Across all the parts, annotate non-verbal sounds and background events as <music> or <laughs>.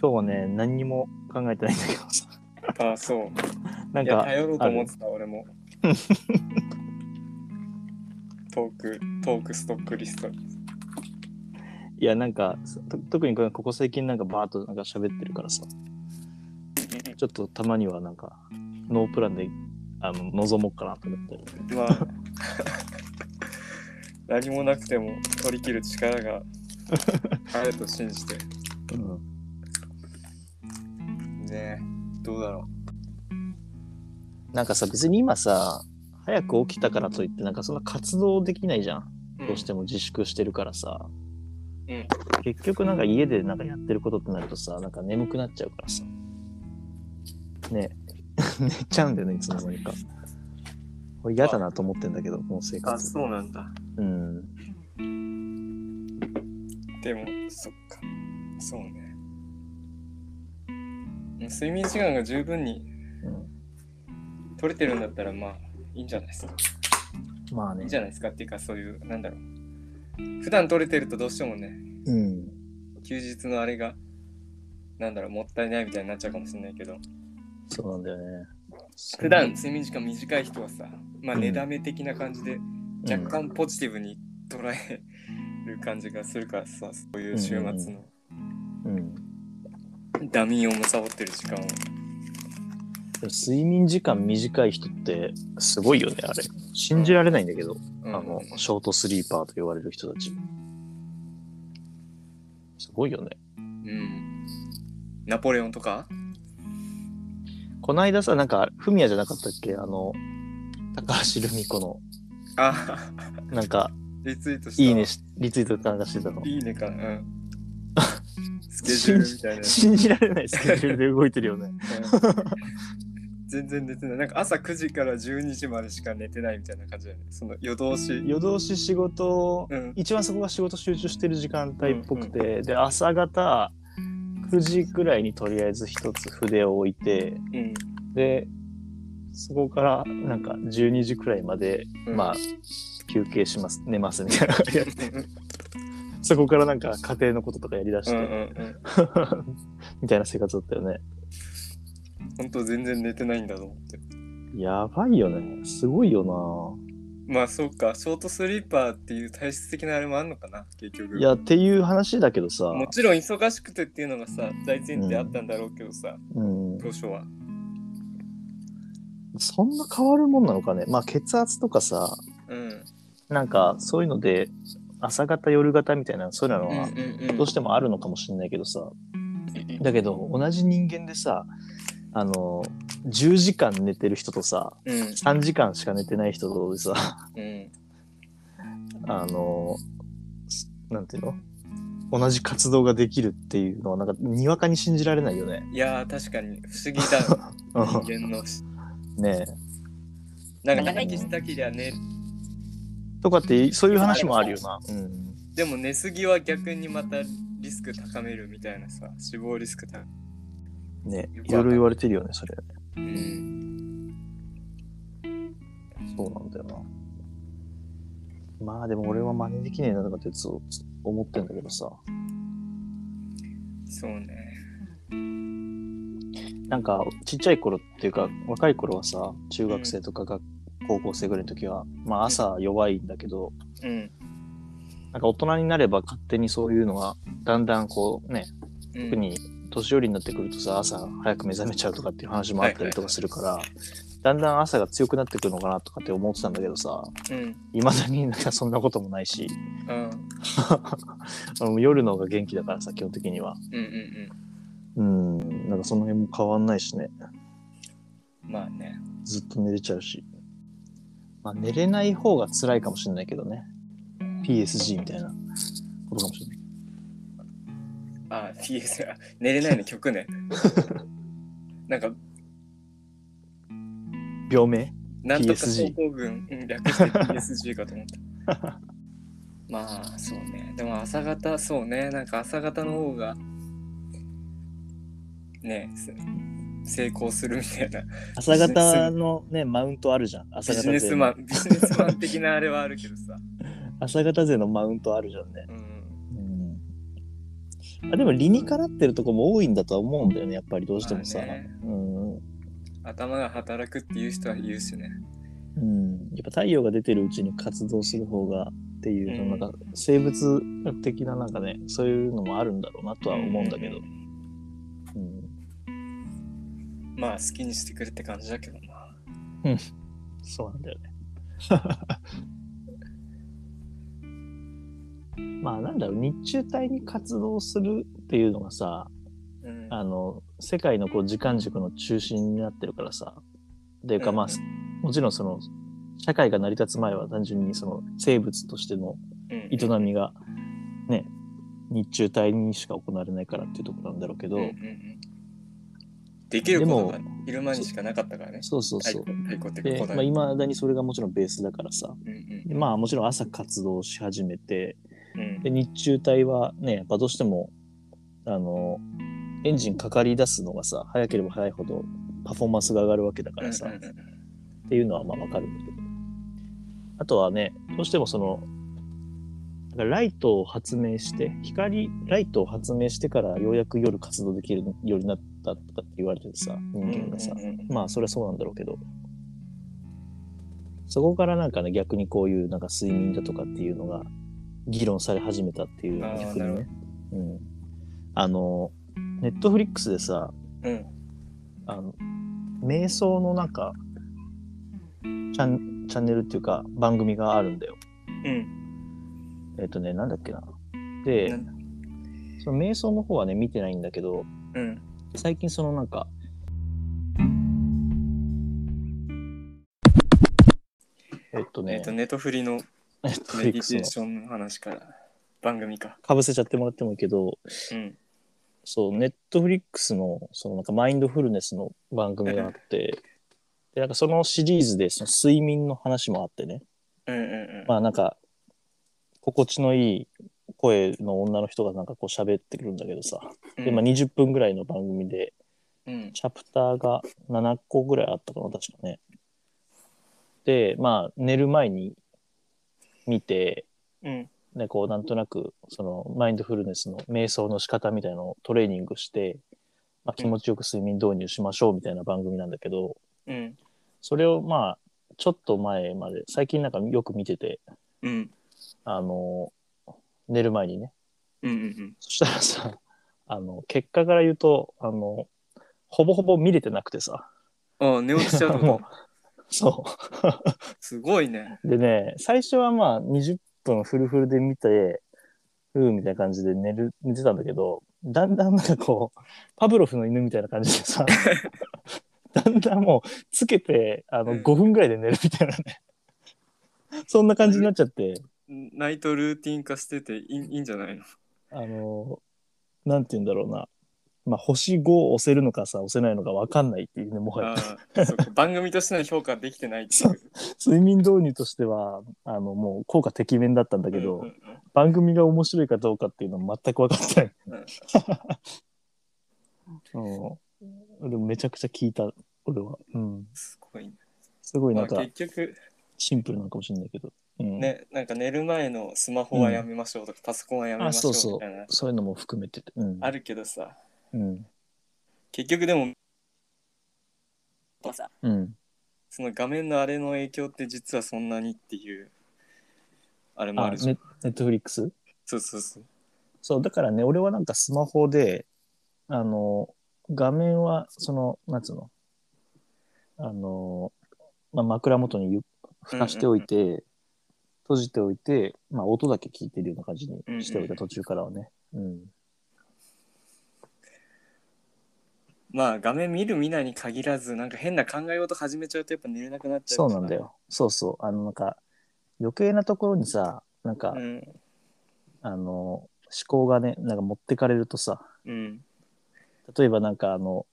今日はね、何にも考えてないんだけどさ。 <laughs> ああ、そう。なんいや、か、頼ろうと思ってた、俺も。トーク、トークストックリスト。いや、なんか、と特にここ最近なんかバーっとなんか喋ってるからさ、ちょっとたまにはなんか、ノープランで、あの、望もうかなと思ったり。まあ、 <laughs> 何もなくても取り切る力があると信じ <laughs> て。うん。ねえ、どうだろなんかさ、別に今さ、早く起きたからといって、なんかそんな活動できないじゃん。う。どうしても自粛してるからさ、うん結局なんか家でなんかやってることってなるとさなんか眠くなっちゃうからさね <laughs> 寝ちゃうんだよねいつの間にかこれ嫌だなと思ってんだけどこの生あ、活そうなんだ。うんでも、そっか。そうね。睡眠時間が十分に取れてるんだったら、まあ、いいんじゃないですか。まあいいねんじゃないですかっていうか、そういう、なんだろう。普段取れてるとどうしてもね、うん休日のあれが、なんだろう、もったいないみたいになっちゃうかもしれないけど、そうなんだよね <laughs> 普段睡眠時間短い人はさ、まあ、うん寝だめ的な感じで、うん若干ポジティブに捉える感じがするからさ、そういう週末のうん、ダミーを貪ってる時間を。でも睡眠時間短い人ってすごいよねあれ信じられないんだけど、うんあのショートスリーパーと言われる人たちすごいよねうん。ナポレオンとかこの間さ、なんか、フミヤじゃなかったっけあの、高橋留美子の、あ、なんか、リツイートした。いいねし、リツイートかなんかしてたの。いいね <laughs> か。うん。スケジュールみたいなやつ。信じられないスケジュールで動いてるよね。うん <laughs> 全然寝てない。なんか朝9時から12時までしか寝てないみたいな感じだよね。その夜通 <laughs> し。夜通し仕事、うん。一番そこが仕事集中してる時間帯っぽくて、で、朝方、9時くらいにとりあえず一つ筆を置いて、うん。で、そこからなんか12時くらいまで、うんまあ、休憩します、寝ますみたいなの <laughs> やって、そこからなんか家庭のこととかやりだしうて、んうんうん。 <laughs> みたいな生活だったよね。本当全然寝てないんだと思って。やばいよね。すごいよまあそうか、ショートスリーパーっていう体質的なあれもあんのかな、結局。な。いや、っていう話だけどさ、もちろん忙しくてっていうのがさ、大前提あったんだろうけどさ、うん、当初は。そんな変わるもんなのかね。まあ、血圧とかさ、うん。なんかそういうので、朝方、夜型みたいな、そういうのはどうしてもあるのかもしれないけどさ、だけど、同じ人間でさ、あの、10時間寝てる人とさ、うん3時間しか寝てない人とでさ、うんあの、すなんていうの同じ活動ができるっていうのは、なんか、にわかに信じられないよね。いやー確かに不思議 <laughs> だうん人間のねえ。なんか長生きしたきりゃねとかって、そういう話もあるよな。うん。でも寝すぎは逆にまたリスク高めるみたいなさ死亡リスク高めねよくわかんないいろいろ言われてるよね、それ。る、うん、そうなんだよな。まあでも俺は真似できねえなとかってずっと思ってんだけどさ。そうねなんかちっちゃい頃っていうか若い頃はさ、中学生とかが高校生ぐらいの時は、まあ朝弱いんだけど、うんなんか大人になれば勝手にそういうのがだんだんこうね、うん特に年寄りになってくるとさ、朝早く目覚めちゃうとかっていう話もあったりとかするから、だんだん朝が強くなってくるのかなとかって思ってたんだけどさ、うんいまだになんかそんなこともないし、 <laughs> うんあの夜の方が元気だからさ、基本的には。うんううんん、なんかその辺も変わんないしね。うんまあねずっと寝れちゃうし。まあ寝れない方が辛いかもしれないけどね。PSG みたいなことかもしれない。あ PS あ寝れない <laughs> の曲ねなんか病名なんとか PSG 症候群うん略して PSG かと思ったまあそうねでも朝方そうねなんか朝方の方がねす成功するみたいな朝方のね、マウントあるじゃん。朝ビジ方ネス勢マの。ンビジネスマン的なあれ <laughs> はあるけどさ、朝方勢のマウントあるじゃんね。うん、うん。あでも理にかなってるとこも多いんだとは思うんだよねやっぱりどうしてもさ、まあねうん、う頭が働くっていう人は言うしね。ん、やっぱ太陽が出てるうちに活動する方がっていう、うなんんか生物学的ななんかねそういうのもあるんだろうなとは思うんだけど、うん、まあ好きにしてくれって感じだけどな。そうなんだよ <laughs> ね。まあなんだろう日中帯に活動するっていうのがさうん。あの世界のこう時間軸の中心になってるからさというかまあ、もちろんその社会が成り立つ前は単純にその生物としてのうん営みがね日中帯にしか行われないからっていうところなんだろうけど、うんうんうんできることが昼間にしかなかったからね。そうそう太そう鼓太鼓ってでここだまあ、よ。未だにそれがもちろんベースだからさうんでまあもちろん朝活動し始めてうんうんで日中帯はねやっぱどうしてもあのエンジンかかり出すのがさ早ければ早いほどパフォーマンスが上がるわけだからさ、うんうんっていうのはまあわかるんだけどあとはねどうしてもそのなんかライトを発明して光ライトを発明してからようやく夜活動できるようになったとかって言われててさ人うん間がさ、うんうんうんまあそれはそうなんだろうけどそこからなんかね逆にこういうなんか睡眠だとかっていうのが議論され始めたっていうあー逆なにるね、うん、あのネットフリックスでさうんあの瞑想のなんかチャンチャンネルっていうか番組があるんだようんえっ、とねなんだっけなでなんその瞑想の方はね見てないんだけどうん最近そのなんかえっとえねっと、ネトフリのネットフメリデックィステのーションの話から番組か。かぶせちゃってもらってもいいけどうんそうネットフリックスのそのなんかマインドフルネスの番組があ <laughs> ってでなんかそのシリーズでその睡眠の話もあってねうんうんうん。まあなんか心地のいい声の女の人がなんかこう喋ってくるんだけどさで、まあ、20分ぐらいの番組でうんチャプターが7個ぐらいあったかな確かねでまあ寝る前に見てうんね、こうなんとなくそのマインドフルネスの瞑想の仕方みたいなのをトレーニングして、まあ、気持ちよく睡眠導入しましょうみたいな番組なんだけどうんそれをまあちょっと前まで最近なんかよく見ててうんあの寝る前にねうんうんそしたらさあの結果から言うとあのほぼほぼ見れてなくてさうん。ああ、寝落ちしちゃうってこともそすごいね。うでね最初はまあ20分フルフルで見てうーみたいな感じで寝る寝てたんだけどだんだんなんかこうパブロフの犬みたいな感じで <laughs> さだんだんもうつけてあのうん5分ぐらいで寝るみたいなねそんな感じになっちゃってナイトルーティン化してていいいいんじゃないのあのなんて言うんだろうなまあ星5を押せるのかさ押せないのか分かんないっていうねもはやああそうか番組としての評価できてないっていう。睡眠導入としてはあのもう効果てきめんだったんだけど、うんうんうん番組が面白いかどうかっていうのは全く分かってない。うん、でもめちゃくちゃ聞いた俺は、うん、すごいね。すごいまなんあ、か結局シンプルなのかもしれないけど、うんね、なんか寝る前のスマホはやめましょうとか、パソコンはやめましょうみたいな。そういうのも含めてて、うんあるけどさ、うん結局でも、うん、その画面のあれの影響って実はそんなにっていう、あれもああるじゃん。ネネットフリックスそうそうそう。そうだからね俺はなんかスマホであの画面はそのなんつうのあの、まあ、枕元にゆ蓋しておいて、閉じておいて、まあ、音だけ聞いてるような感じにしておいた、うんうん途中からはね、うん、まあ画面見る見ないに限らず、なんか変な考え事始めちゃうとやっぱ寝れなくなっちゃうそかうらなんだ。よそうそうあのなんか余計なところにさなんか、うん。あの思考がねなんか持ってかれるとさうん。例えばなんかあの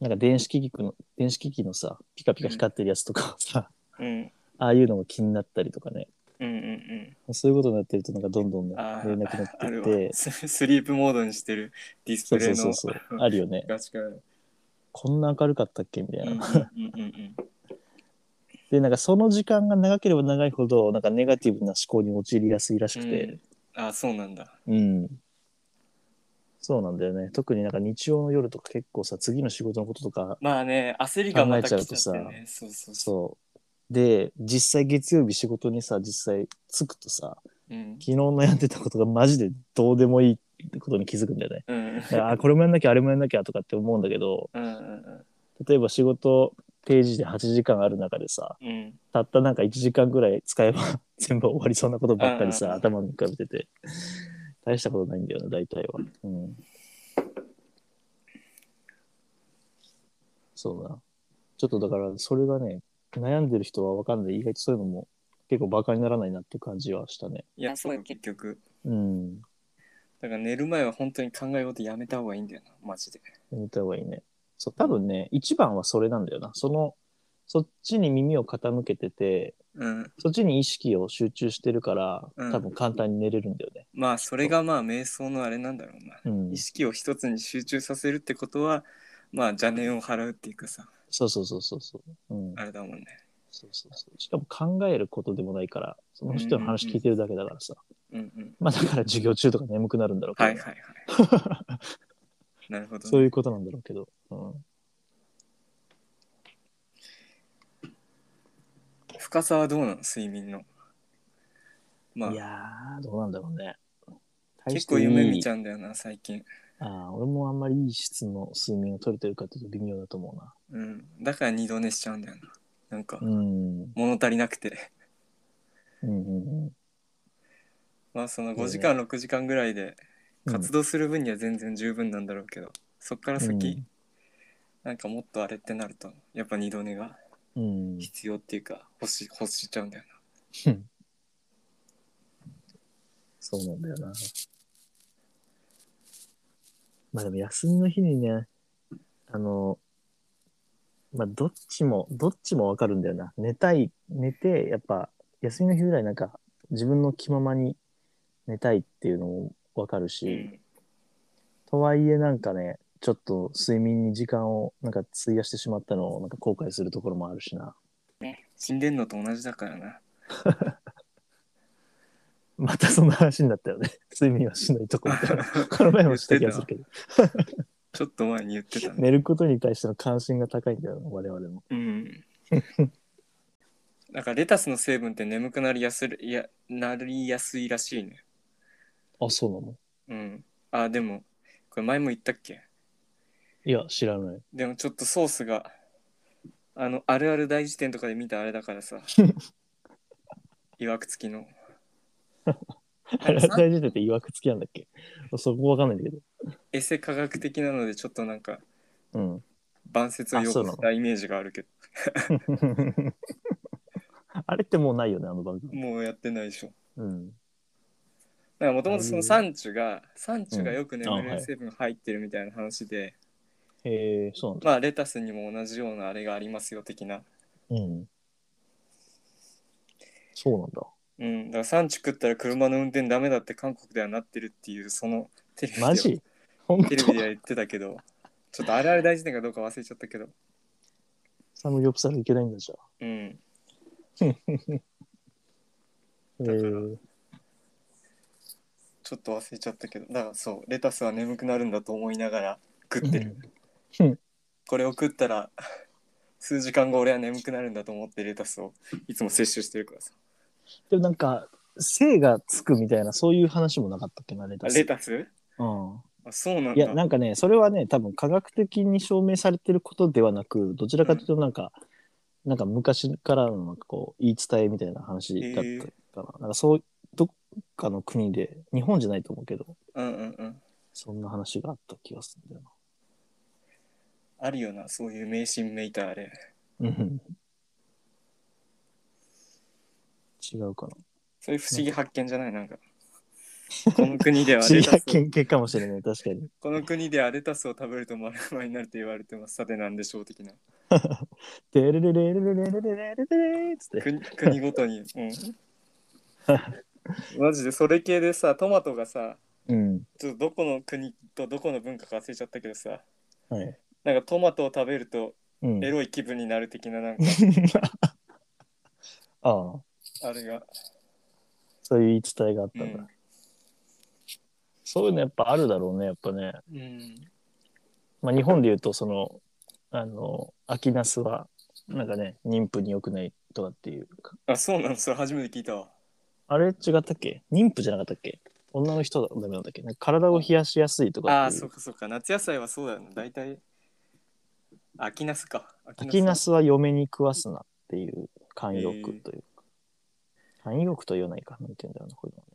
なんか電子機器の電子機器のさピカピカ光ってるやつとかをさ、うん。 <laughs> ああいうのも気になったりとかねうんうんそういうことになってるとなんかどんどんねあー寝れなくなうん。あってるっわて。ス <laughs> スリープモードにしてるディスそプうレそイうそのうそうあるよねガチがある。こんな明るかったっけみたいうんうな、んうんでなんかその時間が長ければ長いほどなんかネガティブな思考に陥りやすいらしうくん。て、うんあ、そうなんだ。うん、そうなんだよね。特になんか日曜の夜とか結構さ、次の仕事のこととか、まあね、焦りがまた来ちゃって考えちゃうね。そうそうそそう。で、実際月曜日仕事にさ、実際着くとさ、う。うん。昨日悩んでたことがマジでどうでもいいってことに気づくんだよね。うん。だからあ、これもやんなきゃ、あれもやんなきゃとかって思うんだけど、うんうん例えば仕事定時で8時間ある中でさ、うん。うん。たったなんか1時間ぐらい使えば <laughs> 全部終わりそうなことばっかりうんさ、うん頭に浮かべてて、大したことないんだよな、大体は。うん。そうだ。ちょっとだから、それがね、悩んでる人はわかんない。意外とそういうのも結構バカにならないなって感じはしたね。いや、あそうそう結局。うん。だから寝る前は本当に考え事やめた方がいいんだよな、マジで。やめた方がいいね。そう、多分ね、一番はそれなんだよな。その、そっちに耳を傾けてて、うん。そっちに意識を集中してるから、うん多分簡単に寝れるんだよね。まあ、それがまあ、瞑想のあれなんだろうな。うん意。識を一つに集中させるってことは、まあ、邪念を払うっていうかさ、そうそうそうそうそう。うん。あれだもんね。そうそうそう。しかも考えることでもないから、その人の話聞いてるだけだからさ。うんうん。まあだから授業中とか眠くなるんだろうけはど、いはい <laughs> はい。なるほど、ね。そういうことなんだろうけど。うん。深さはどうなの睡眠の。まいあ、やー、どうなんだろうね。結構夢見ちゃう。ゃうんだよな、最近。ああ、俺もあんまりいい質の睡眠を取れてるかっていうと微妙だと思うな。うん。だから二度寝しちゃうんだよな。なんか、うん。うん物足りなくて。 <laughs> うんうん。まあ、そのいや5時間、6時間ぐらいで活動する分には全然十分なんだろうけど、そっから先、うんなんかもっとあれってなると、やっぱ二度寝がうん。必要っていうか、欲し、欲しちゃうんだよな。そうなんだよな。まあでも休みの日にね、あの、まあどっちも、どっちもわかるんだよな。寝たい、寝て、やっぱ休みの日ぐらいなんか自分の気ままに寝たいっていうのもわかるし、うんとはいえなんかね、ちょっと睡眠に時間をなんか費やしてしまったのをなんか後悔するところもあるしな。死んでんのと同じだか <laughs> らな。 <laughs> またそんな話になったよね。 <laughs> 睡眠はしないとこみたいな。この前もした気がするけど。ちょっと前に言ってたね。寝ることに対しての関心が高いんだよな我々も。うん。なんかレタスの成分って眠くなりやすいやなりやすいらしいね。あそうなのうん。あ、でも、これ前も言ったっけいや知らない。でもちょっとソースが、あの、あるある大辞典とかで見たあれだか <laughs> らさ。いわくつきの。あれ <laughs> 大事だって曰くつきなんだっけそこわかんないんだけど。エセ科学的なのでちょっとなんか、うん。晩節をあよそうこなのしたイメージがあるけど、 <laughs> あれってもうないよねあの番組。もうやってないでしょ。うん。なんかもともとそのサンチュが、サンチュがよくうんあ眠はるい成分入ってるみたいな話で、へえそうなんだ。まあレタスにも同じようなあれがありますよ的な。うん。そうなんだ。うん、だからサンチュ食ったら車の運転ダメだって韓国ではなってるっていう、そのテレビではマジ <laughs> 本テレ当ビでは言ってたけど、ちょっとあれあれ大事点かどうか忘れちゃったけど、サムギョプサルいけないんだじゃうん、あ。へだからえちょっと忘れちゃったけど、だからそう、レタスは眠くなるんだと思いながら食ってる。うんうんこれを食ったら、 <laughs> 数時間後俺は眠くなるんだと思ってレタスをいつも摂取してるからさ。 <laughs> でもなんか性がつくみたいなそういう話もなかったっけなレあタス。レタスうん。あそうなんだ。いやなんかねそれはね多分科学的に証明されてることではなくどちらかというとなんか、なんか昔からのなんかこう言い伝えみたいな話だったかな,、へえなんかそうどっかの国で日本じゃないと思うけどうんうんうん。そんな話があった気がするんだよあるよな、そういう迷信めいたあれ。な、うん、違うかなそういう不思議発見じゃな <laughs> いなんか。この国では知レり合タいスを研究かもしれない確かにこの国ではレタスを食べると丸々になると言われてます。さてなんでしょう的な。 「でれれれれれれれれれれれ」っつって国国ごとに。うん。マジでそれ系でさ、トマトがさ、うんちょっとどこの国とどこの文化か忘れちゃったけどさ、はいなんかトマトを食べるとうんエロい気分になる的 <laughs> ななんか、あああれが。そういう言い伝えがあったんだ、うんそういうのやっぱあるだろうね、やっぱね。うん。まあ、日本で言うと、その、あの、秋ナスは、なんかね、妊婦に良くないとかっていうか。あ、そうなんですよ。初めて聞いたわ。あれ違ったっけ妊婦じゃなかったっけ女の人だダメなんだっけなんか体を冷やしやすいとかあっあ、ていそうう。かそうか。夏野菜はそうだよね。大体。秋ナスか。秋ナス。スは嫁に食わすなっていう慣用へ句ーというか。慣用句とは言わないか。なんて言うんだろうな、こういうのはね。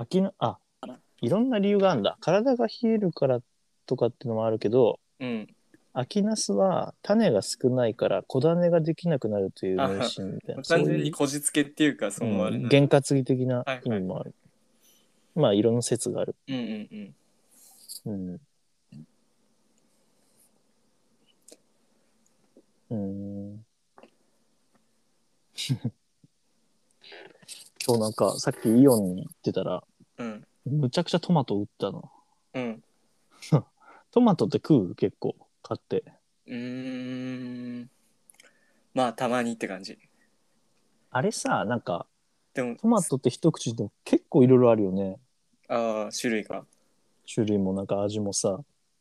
秋の、あかな、いろんな理由があるんだ。体が冷えるからとかっていうのもあるけど、うん。秋ナスは種が少ないから小種ができなくなるという迷信みたいな。単純そういにうこじつけっていうか、そのあれうなんんだ験担ぎ的な意味もある。まあいろんな説がある。うんうんうん。うん。うん。 <laughs> 今日なんかさっきイオンに行ってたら、うん。むちゃくちゃトマト売ったの。うん。トマトって食う結構買って。うーん。まあ、たまにって感じ。あれさ、なんかでも、トマトって一口でも結構いろいろあるよね。ああ、種類が。種類もなんか味もさ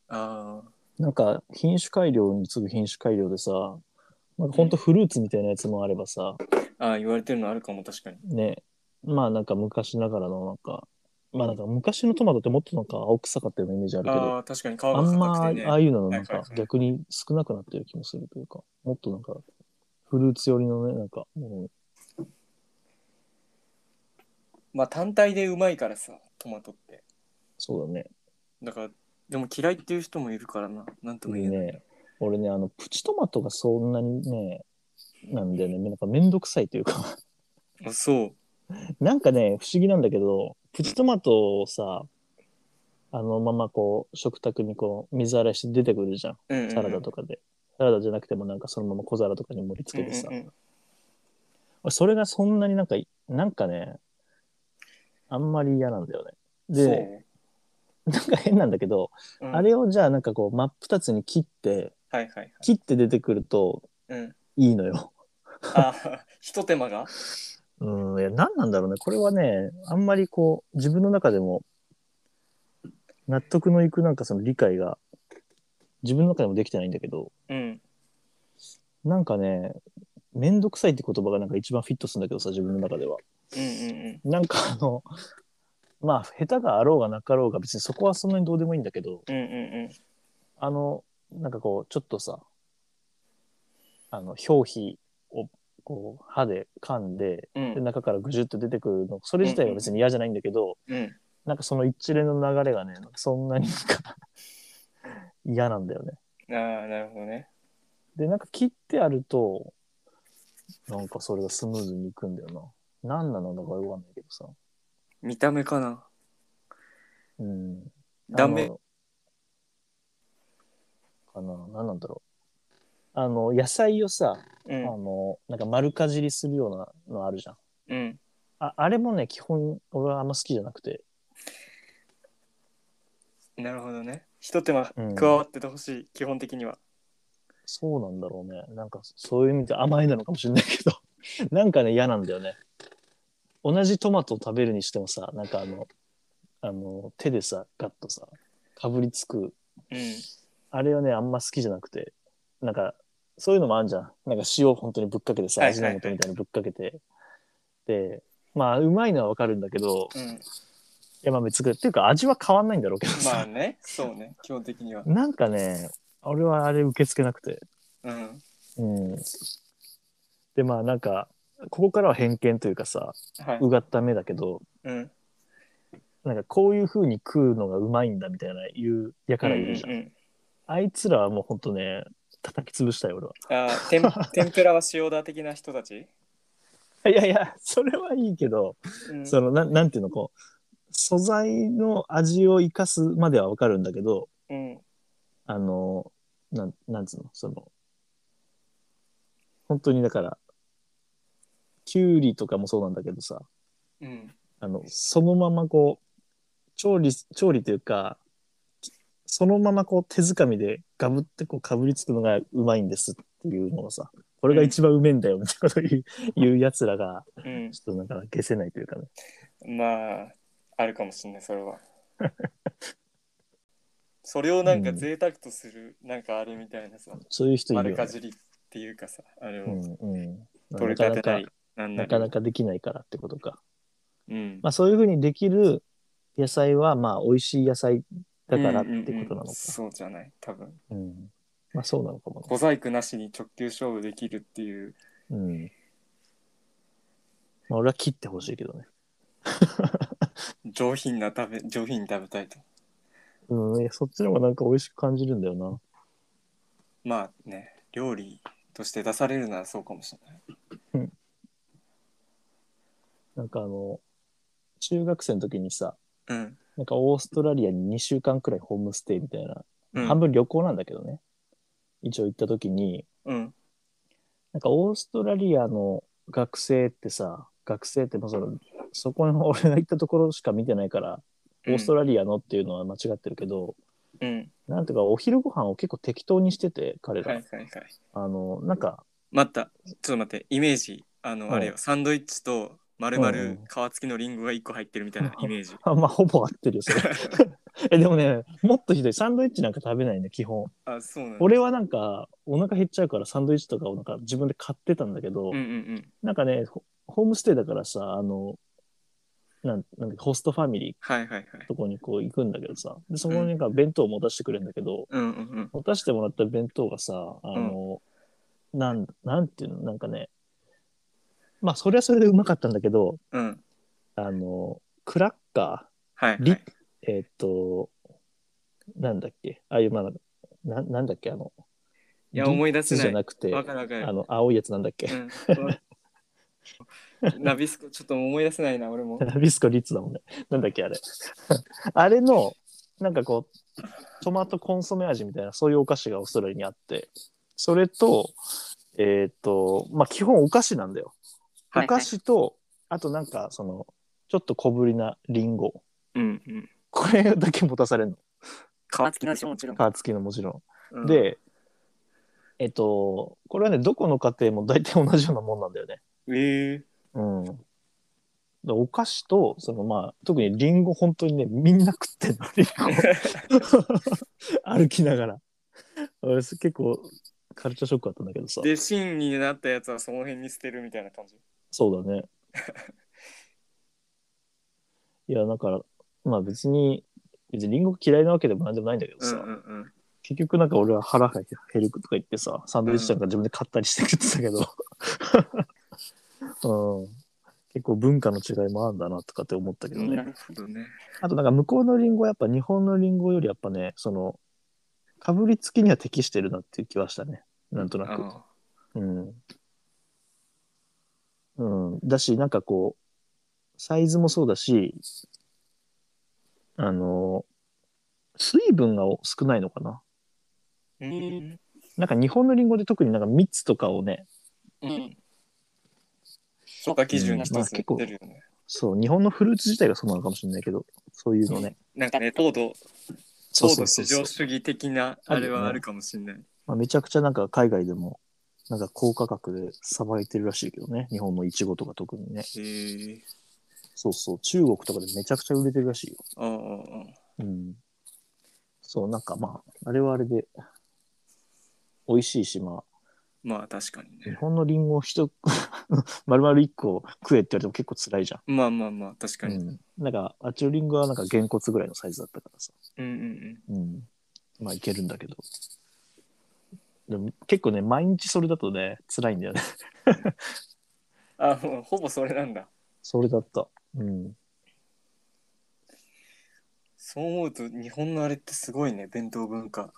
ああ。なんか品種改良に次ぐ品種改良でさなんかほんとフルーツみたいなやつもあればさ、ああ、言われてるのあるかも、確かに。ねまあなんか昔ながらのなんかまあなんか昔のトマトってもっとなんか青臭かったようなイメージあるけどああ、確かに皮あがんまああ硬あくいてうね。ののなんはいかはいはい逆に少なくなってる気もするというかもっとなんかフルーツ寄りのねなんか、うん、まあ、単体でうまいからさ、トマトって。そうだねだから、でも嫌いっていう人もいるからな。なんとも言えない。ね俺ねあのプチトマトがそんなにねなんだよねなんかめんどくさいというかあ、そう。なんかね、不思議なんだけど、プチトマトをさ、あのままこう、食卓にこう、水洗いして出てくるじゃん。うんうんうんサラダとかで。サラダじゃなくてもなんかそのまま小皿とかに盛り付けてさうん。うん俺それがそんなになんか、なんかね、あんまり嫌なんだよね。で、なんか変なんだけど、そううんあれをじゃあなんかこう、真っ二つに切って、はいはいはい。切って出てくるとうん。いいのよ。あー <laughs> ひと手間がうん、いや、何なんだろうね。これはね、あんまりこう、自分の中でも、納得のいくなんかその理解が、自分の中でもできてないんだけど、うん。なんかね、めんどくさいって言葉がなんか一番フィットするんだけどさ、自分の中では。うんうんなんかあの、まあ、下手があろうがなかろうが、別にそこはそんなにどうでもいいんだけど、うん。うんうんあの、なんかこう、ちょっとさ、あの、表皮を、こう、歯で噛んで、うん。で中からぐじゅっと出てくるの、それ自体は別に嫌じゃないんだけど、うん。なんかその一連の流れがね、なんかそんなになんか <laughs> 嫌なんだよね。うん。ああ、なるほどね。で、なんか切ってあると、なんかそれがスムーズにいくんだよな。何なのだかよくわかんないけどさ。見た目かな。うん。断面あの。かな何なんだろう。あの、野菜をさ、うあん。の、なんか丸かじりするようなのあるじゃん。うん。ああれもね、基本、俺はあんま好きじゃなくて。なるほどね。ひと手間うん加わっててほしい、基本的には。そうなんだろうね。なんかそういう意味で甘いなのかもしれないけど、 <laughs> なんかね、嫌なんだよね。同じトマトを食べるにしてもさ、なんかあの、あの、手でさ、ガッとさ、かぶりつく。うん。あれはね、あんま好きじゃなくて、なんか、そういうのもあるじゃん。なんか塩本当にぶっかけてさ、はいは味いはのい素みたいにぶっかけて。で、まあ、うまいのはわかるんだけど、いうん。や、まあ別に、っていうか味は変わんないんだろうけどまあさ、ね、そうね、基本的には。なんかね、俺はあれ受け付けなくて。うん。うん、でまあなんかここからは偏見というかさはい。うがった目だけどうん。なんかこういう風に食うのがうまいんだみたいな言うやからいるじゃん、うんうんうんあいつらはもうほんとね叩き潰したい俺はあー天天ぷらは塩だ的な人たち、 <laughs> いやいやそれはいいけど、うん、そのななんていうのこう素材の味を生かすまではわかるんだけどうん。あのなんなんつうのその本当にだからきゅうりとかもそうなんだけどさうん。あの、そのままこう、調理、調理というか、そのままこう手づかみでガブってこうかぶりつくのがうまいんですっていうのをさ、これが一番うめえんだよみたいなこと言う,、言うやつらが、うんちょっとなんか消せないというかね。まあ、あるかもしんないそ <laughs> れはそれをなんか贅沢とする、なんかあれみたいなさそういう人いる丸よ、ねか。じりっていうかさあれうをんうん取りなか立なてたかり、なんななりかなかできないからってことか。うんまあそういうふうにできる野菜はまあ美味しい野菜だからっうんうんうんてことなのか。そうじゃない多分うんまあそうなのかもね。小細工なしに直球勝負できるっていううん。まあ俺は切ってほしいけどね。上品な食べ上品に食べたいとうん、いやそっちの方がなんか美味しく感じるんだよな。まあね料理として出されるならそうかもしれないなんかあの、中学生の時にさ、うん、なんかオーストラリアに2週間くらいホームステイみたいな、うん、半分旅行なんだけどね。一応行った時に、うんなんかオーストラリアの学生ってさ、学生ってもうその、そこの <laughs> 俺が行ったところしか見てないから、オーストラリアのっていうのは間違ってるけど、うんなんていうかお昼ご飯を結構適当にしてて、彼はら。いはいはいあの、なんか、待ったちょっと待ってイメージあの、うんあれよサンドイッチと丸うん々皮付きのリンゴが1個入ってるみたいなイメージ、 <laughs> あまあほぼ合ってるよ、そ <laughs> れ。え、でもね、もっとひどい。サンドイッチなんか食べないね、基本。あそうなんだ俺はなんか、お腹減っちゃうからサンドイッチとかをなんか自分で買ってたんだけど、うんうんなんかね、ホホームステイだからさ、あの、なんなんかホストファミリーはいはいはいとこにこう行くんだけどさ、でそこになんか弁当を持たせてくれるんだけど、うんうんうん持たせてもらった弁当がさ、あの、なん、なんていうの、なんかね、まあそれはそれでうまかったんだけど、うんあの、クラッカはいはいー、リ、えーっと、なんだっけ、ああいう、まあ、ななんだっけ、あの、いや思い出せリッツなじいゃなくて、わかるわかるあの、青いやつなんだっけ。 <laughs> <laughs> うんナビスコちょっと思い出せないな俺もラビスコリッツだもんね。なんだっけ、あれ。 <laughs> あれの、なんかこう、トマトコンソメ味みたいな、そういうお菓子がオーストラリアにあって、それと、えーっ、と、まあ、基本お菓子なんだよ。お菓子と、あとなんか、その、ちょっと小ぶりなリンゴ。うんうんこれだけ持たされるの。皮付きなんでしょもちろん、皮付きのもちろうんん。、で、えっと、これはね、どこの家庭も大体同じようなもんなんだよね。ええうん。だからお菓子と、そのまあ、特にリンゴ、本当にね、みんな食ってんの、リンゴ。 <laughs> 歩きながら。俺す結構カルチャーショックだったんだけどさ。で芯になったやつはその辺に捨てるみたいな感じそうだね。いや、だから、まあ別に、別にリンゴ嫌いなわけでもなんでもないんだけどさ、んうん結局なんか俺は腹が減るとか言ってさ、サンドイッチなんか自分で買ったりして食ってたけど、うん、結構文化の違いもあるんだなとかって思ったけどうんなね。るほどねあとなんか向こうのリンゴはやっぱ日本のリンゴよりやっぱね、その、かぶりつきには適してるなっていう気はしたね。なんとなく。あうん。うん。だし、なんかこう、サイズもそうだし、あの、水分が少ないのかな。あうんなんか日本のリンゴで特になんか蜜とかをね、うん評価基準の一つに出るよね、そう、日本のフルーツ自体がそうなのかもしれないけど、そういうのね。なんかね糖度そうそ高度うそ至うそ上う。主義的なあれはあるかもしれない。まあ、めちゃくちゃなんか海外でも、なんか高価格でさばいてるらしいけどね。日本のイチゴとか特にね。へえそうそう。中国とかでめちゃくちゃ売れてるらしいよ。あああうん。そう、なんかまあ、あれはあれで、美味しいし、ままあ確かにあ、日ね。本のリンゴを一、 <laughs> 丸々一個食えって言われても結構辛いじゃん。まあまあまあ確かに。うん。なんか、あっちのリンゴはなんかげんこつぐらいのサイズだったからさ。うんうんうん。まあ、いけるんだけど。でも結構ね、毎日それだとね、辛いんだよね。 <laughs> うん。あもうほぼそれなんだ。それだった。うん。そう思うと日本のあれってすごいね弁当文化。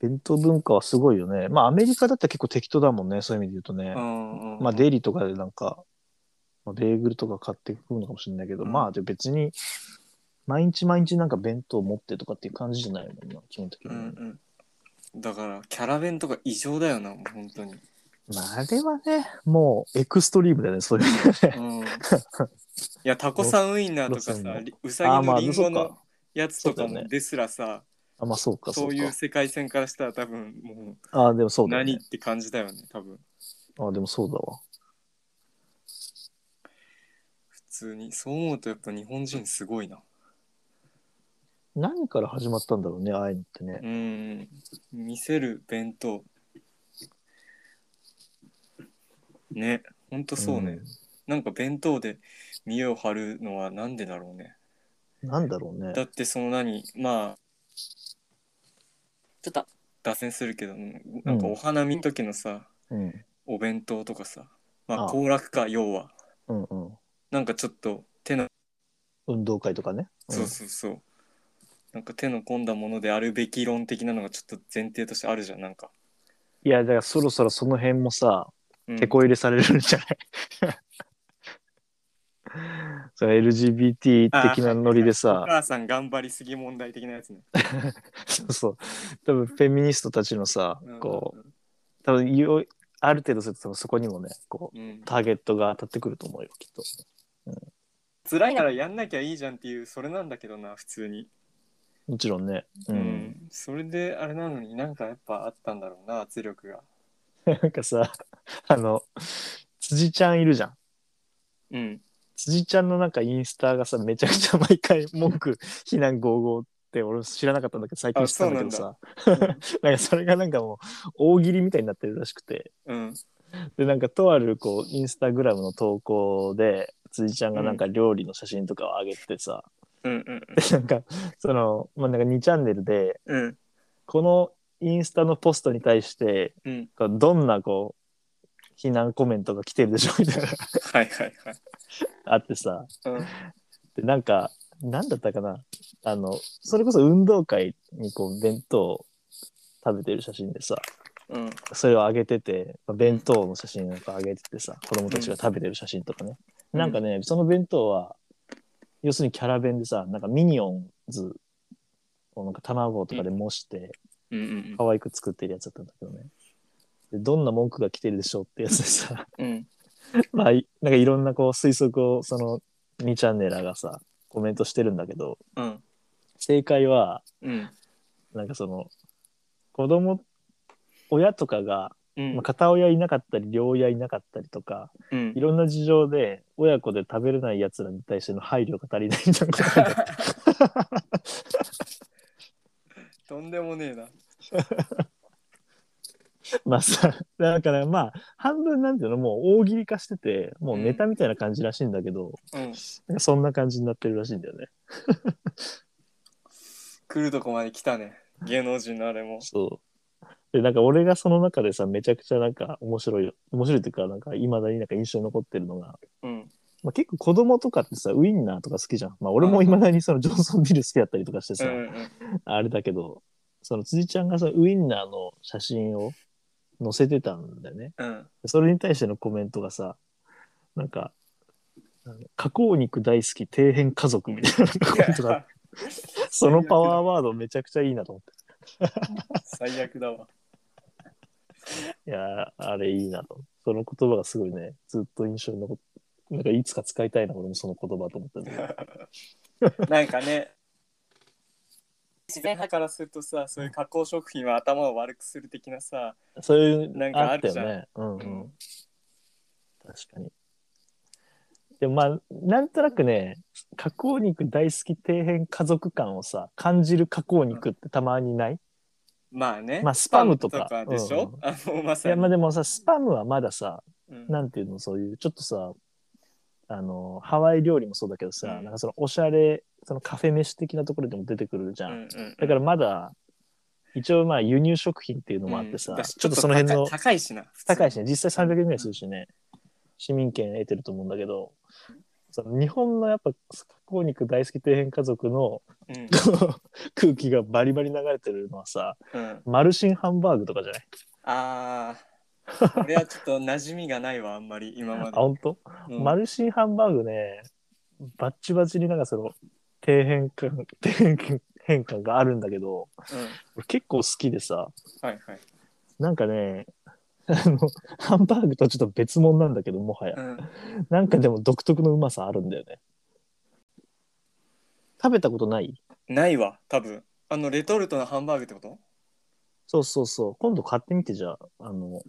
弁当文化はすごいよね。まあアメリカだったら結構適当だもんね、そういう意味で言うとね。あまあデイリーとかでなんか、まあ、ベーグルとか買ってくるのかもしれないけど、うんまあで別に、毎日毎日なんか弁当持ってとかっていう感じじゃないもんな、基本的に。うんうん。だからキャラ弁とか異常だよなもう本 <laughs> 当に。まああれはね、もうエクストリームだよね、そういう意味でね。うん。いやタコさんウインナーとか路線さがりウサギのリンそゴうのか。やつとかそうだもねですらさ、あ、まあそうか、そそううか。いう世界線からしたら多分もああ、でもそううだよ何っね。て感じだよね多分。ああ、でもそうだわ。普通にそう思うとやっぱ日本人すごいな何から始まったんだろうねああいうのってねうん見せる弁当ねほんとそうね、んなんか弁当で見栄を張るのはなんでだろうねなんだろうねだってその何まあちょっと脱線するけどなんかお花見の時のさ、うんお弁当とかさまあああ行楽か要はうんうんなんかちょっと手の運動会とかねうんそうそうそう、なんか手の込んだものであるべき論的なのがちょっと前提としてあるじゃんなんか、いやだからそろそろその辺もさうん手こ入れされるんじゃない、 <laughs> その LGBT 的なノリでおさ母さん頑張りすぎ問題的なやつね。そうそう多分フェミニストたちのさこうう、多分よある程度すると多分そこにもねこうんうん。ターゲットが当たってくると思うよきっと辛いならやんなきゃいいじゃんっていう、それなんだけどな、普通に。もちろんねう、うんん。それで、あれなのになんかやっぱあったんだろうな、圧力が。なんかさあの辻ちゃんいるじゃんうん。辻ちゃんのなんかインスタがさめちゃくちゃ毎回文句非難合々って俺知らなかったんだけど最近知ったんだけどさそうなん <laughs> なんかそれがなんかもう大喜利みたいになってるらしくてうん。でなんかとあるこうインスタグラムの投稿で辻ちゃんがなんか料理の写真とかを上げてさ、うんうんなんかその、まあ、なんか2チャンネルでうん。このインスタのポストに対してうん。こうどんなこう非難コメントが来てるでしょみたいなのがはいはいはい。あってさうん。でなんかなんだったかなあのそれこそ運動会にこう弁当を食べてる写真でさうん。それをあげててまあ弁当の写真なんかあげててさ子供たちが食べてる写真とかね、うんなんかねその弁当は要するにキャラ弁でさなんかミニオンズをなんか卵とかで模してうんうん可愛く作ってるやつだったんだけどねでどんな文句が来てるでしょうってやつでさ <laughs> うん。うん。まあいなんかいろんなこう推測をその2チャンネラーがさコメントしてるんだけどうん。正解はうん。なんかその子供親とかが、うんまあ、片親いなかったり両親いなかったりとかうんい。ろんな事情で親子で食べれないやつらに対しての配慮が足りないんじゃないか <laughs> なとんでもねえな。まあさだからまあ半分なんていうのもう大喜利化しててもうネタみたいな感じらしいんだけど、うん。なんかそんな感じになってるらしいんだよね来るとこまで来たね。芸能人のあれも。そうでなんか俺がその中でさめちゃくちゃなんか面白い面白いというかなんかいまだになんか印象に残ってるのが、うん。まあ、結構子供とかってさウインナーとか好きじゃんまあ俺もいまだにそのジ <laughs> ョンソンビール好きだったりとかしてうさ、んうん。あれだけど、その辻ちゃんがそのウインナーの写真を載せてたんだよね。うん。それに対してのコメントがさ、なんか、あの加工肉大好き底辺家族みたいなコメントがあって、そのパワーワードめちゃくちゃいいなと思っ <laughs> 最悪だわ。 <laughs> て。いやー、あれいいなと。その言葉がすごいね、ずっと印象に残って、なんかいつか使いたいな、俺もその言葉と思ったんだけど。なんかね、自然派からするとさ、そういう加工食品は頭を悪くする的なさ、そういうなんのかああっるたじゃんよね。うん、うんうん確かに。でもまあ、なんとなくね、加工肉大好き底辺家族感をさ、感じる加工肉ってたまにない、いまあね、まあスパムとかでしょ、うあの、まさや、に。まあでもさ、スパムはまださ、うんなんていうの、そういう、ちょっとさ、あの、ハワイ料理もそうだけどさ、うんなんかそのおしゃれ、そのカフェ飯的なところでも出てくるじゃん。うんうんうんだからまだ、一応まあ輸入食品っていうのもあってさ、うんだしちょっとその辺の高い高いしな。普通に高いしね実際300円ぐらいするしね市民権得てると思うんだけどその日本のやっぱ加工肉大好き底辺家族 <laughs> のうん空気がバリバリ流れてるのはさうん、マルシンハンバーグとかじゃないああ、俺はちょっと馴染みがないわ、あんまり今まあで。本当、うんマルシンハンバーグねバッチバチになんかその底辺感底辺変感があるんだけどうん俺結構好きでさはいはい。なんかねあのハンバーグとはちょっと別物なんだけどもはやうんなんかでも独特のうまさあるんだよね。食べたことないないわ、多分。あの、レトルトのハンバーグってことそうそうそう。今度買ってみてじゃあ、あの、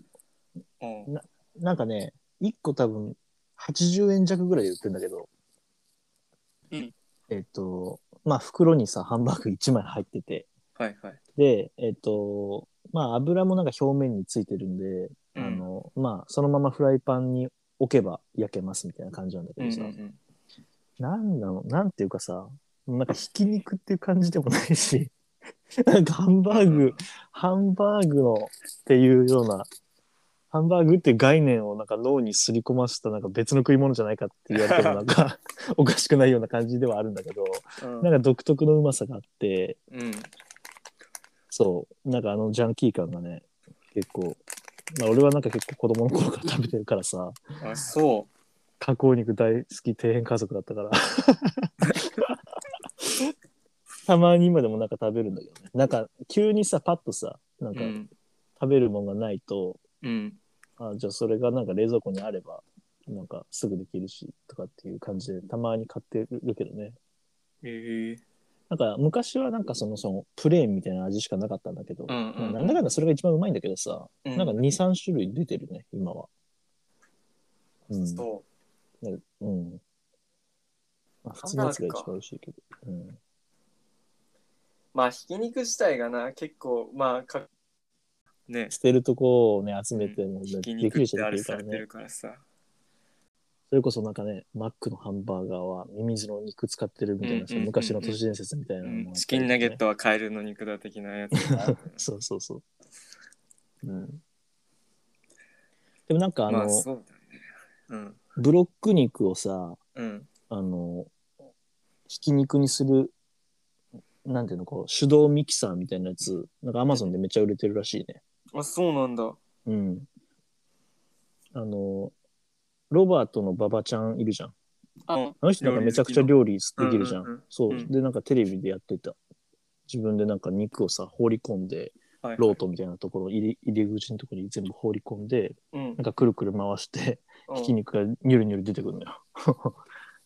うん。なんかね、1個多分80円弱ぐらいで売ってるんだけど、うんえっと、まあ、袋にさ、ハンバーグ1枚入ってて、はいはい。で、えっと、まあ、油もなんか表面についてるんで、うんあの、まあ、そのままフライパンに置けば焼けますみたいな感じなんだけうんうどんさ、うんなんだろう、なんていうかさ、なんかひき肉っていう感じでもないし、 <laughs> なんかハンバーグ、ハンバーグのっていうような、ハンバーグっていう概念をなんか脳にすり込ませたなんか別の食い物じゃないかって言われてもなんかおかしくないような感じではあるんだけど、なんか独特のうまさがあって、うん。そう、なんかあのジャンキー感がね、結構、まあ俺はなんか結構子供の頃から食べてるからさ、うん。あ、そ加工肉大好き底辺家族だったから <laughs> たまに今でもなんか食べるんだけどねなんか急にさパッとさなんう。かうん。食べるもんがないと、うん。あじゃあそれがなんか冷蔵庫にあればなんかすぐできるしとかっていう感じでたまに買ってるけどねええ。なんか昔はなんかそのそのプレーンみたいな味しかなかったんだけど、うんうんまあなんだかんだそれが一番うまいんだけどさ、うんなんか23種類出てるね今は。うんそなんかうん。まあ、普通のやつが一番美味しいけど。うん。う。まあ、ひき肉自体がな、結構、まあ、か。ね。捨てるとこをね、集めて、もひきでき肉るっ人てあできるかられされてねる。からさ。それこそなんかね、マックのハンバーガーはミミズの肉使ってるみたいなさ、うんうんうんうん昔の都市伝説みたいなのもあったりとかね、うんチキンナゲットはカエルの肉だ的なやつ。そうそうそう。うん。でもなんかあの、 <laughs> まあ、そうだね。ブロック肉をさ、うん。うん。あの、ひき肉にする、なんていうの、こう、手動ミキサーみたいなやつ、なんかアマゾンでめっちゃ売れてるらしいね。あ、そうなんだ。うん。あの、ロバートの馬場ちゃんいるじゃん。あ、あの人なんかめちゃくちゃ料理できるじゃうんうんうんん。そうう。んで、なんかテレビでやってた。自分でなんか肉をさ、放り込んで、はいロートみたいなところ、入り入り口のところに全部放り込んで、うんなん。かくるくる回して、ひき肉がニュルニュル出てくるのよ。 <laughs>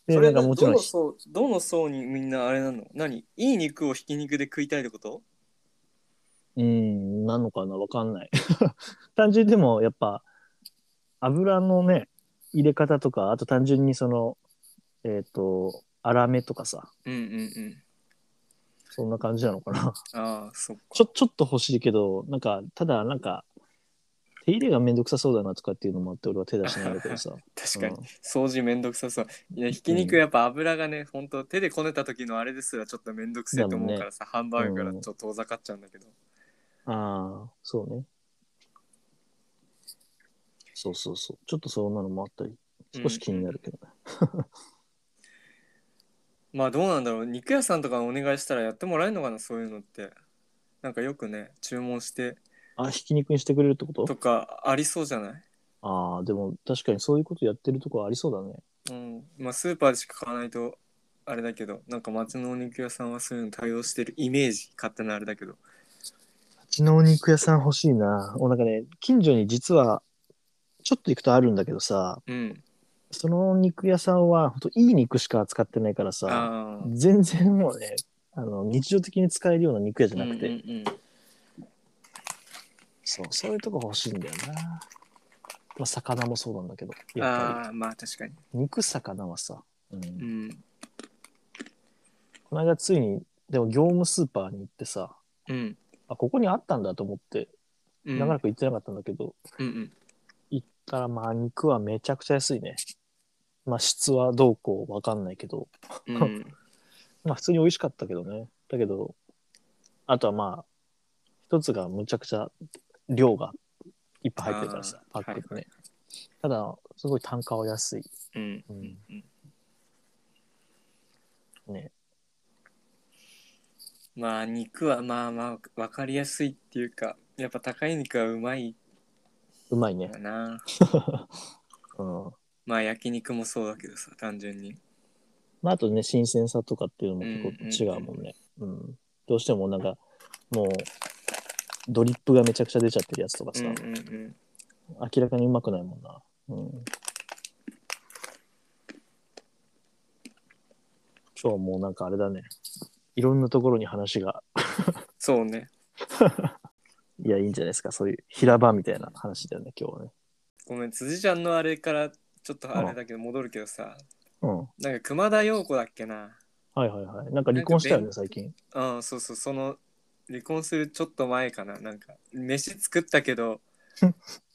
で、なそれんかがもちろんどの、層どの層にみんなあれなの何いい肉をひき肉で食いたいってことうん、なのかなわかんない。 <laughs> 単純にでも、やっぱ、油のね、入れ方とか、あと単純にその、えっ、と、粗めとかさ、うんうんうん。そんな感じなのかな。 <laughs> ああ、そっか。ちょ、ちょっと欲しいけど、なんか、ただ、なんか、手入れがめんどくさそうだなとかっていうのもあって、俺は手出しないんだけどさ。 <laughs> 確かにうん。掃除めんどくさそう。いや、ひき肉やっぱ油がね、ほんと手でこねた時のあれですらちょっとめんどくせえと思うからさ、ハンバーグからちょっと遠ざかっちゃうんだけど。ああ、そうね。そうそうそう。ちょっとそんなのもあったり、少し気になるけどね。まあどうなんだろう。肉屋さんとかお願いしたらやってもらえるのかな、そういうのって。なんかよくね、注文してあ、ひき肉にしてくれるってこととかありそうじゃないああ、でも確かにそういうことやってるとこありそうだね。うん、まあスーパーでしか買わないとあれだけどなんか町のお肉屋さんはそういうの対応してるイメージ勝手なあれだけどちのお肉屋さん欲しいな。おなんかね、近所に実は、ちょっと行くとあるんだけどさ、うんその肉屋さんは、ほんといい肉しか扱ってないからさ、ああ全然もうねあの日常的に使えるような肉屋じゃなくて、うんうんうんそうそういうとこ欲しいんだよな、まあ、魚もそうなんだけどやっぱああまあ確かにり肉魚はさ、うんうんこの間ついにでも業務スーパーに行ってさうんあここにあったんだと思ってうん長らく行ってなかったんだけど、うんうん行ったらまあ肉はめちゃくちゃ安いねまあ質はどうこうわかんないけどうんまあ普通に美味しかったけどねだけどあとはまあ一つがむちゃくちゃ量がいっぱい入ってるからさあパーックではねいはい、ただすごい単価は安いうんううんんうんねまあ肉はまあまあわかりやすいっていうかやっぱ高い肉はうまいうまいねか、なうんまあ焼肉もそうだけどさ単純にまあ、あとね新鮮さとかっていうのも結構違うもんね、うんどうしてもなんかもうドリップがめちゃくちゃ出ちゃってるやつとかうさ、んうんうん明らかにうまくないもんな、うん、今日もうなんかあれだねいろんなところに話がそうねいやいいんじゃないですかそういう平場みたいな話だよね今日はねごめん辻ちゃんのあれからちょっとあれだけど戻るけどさうん。はなんか熊田曜子だっけないはいはい。なんか離婚したよね、最近。うんそうそうその離婚するちょっと前かななんか飯作ったけ <laughs> ど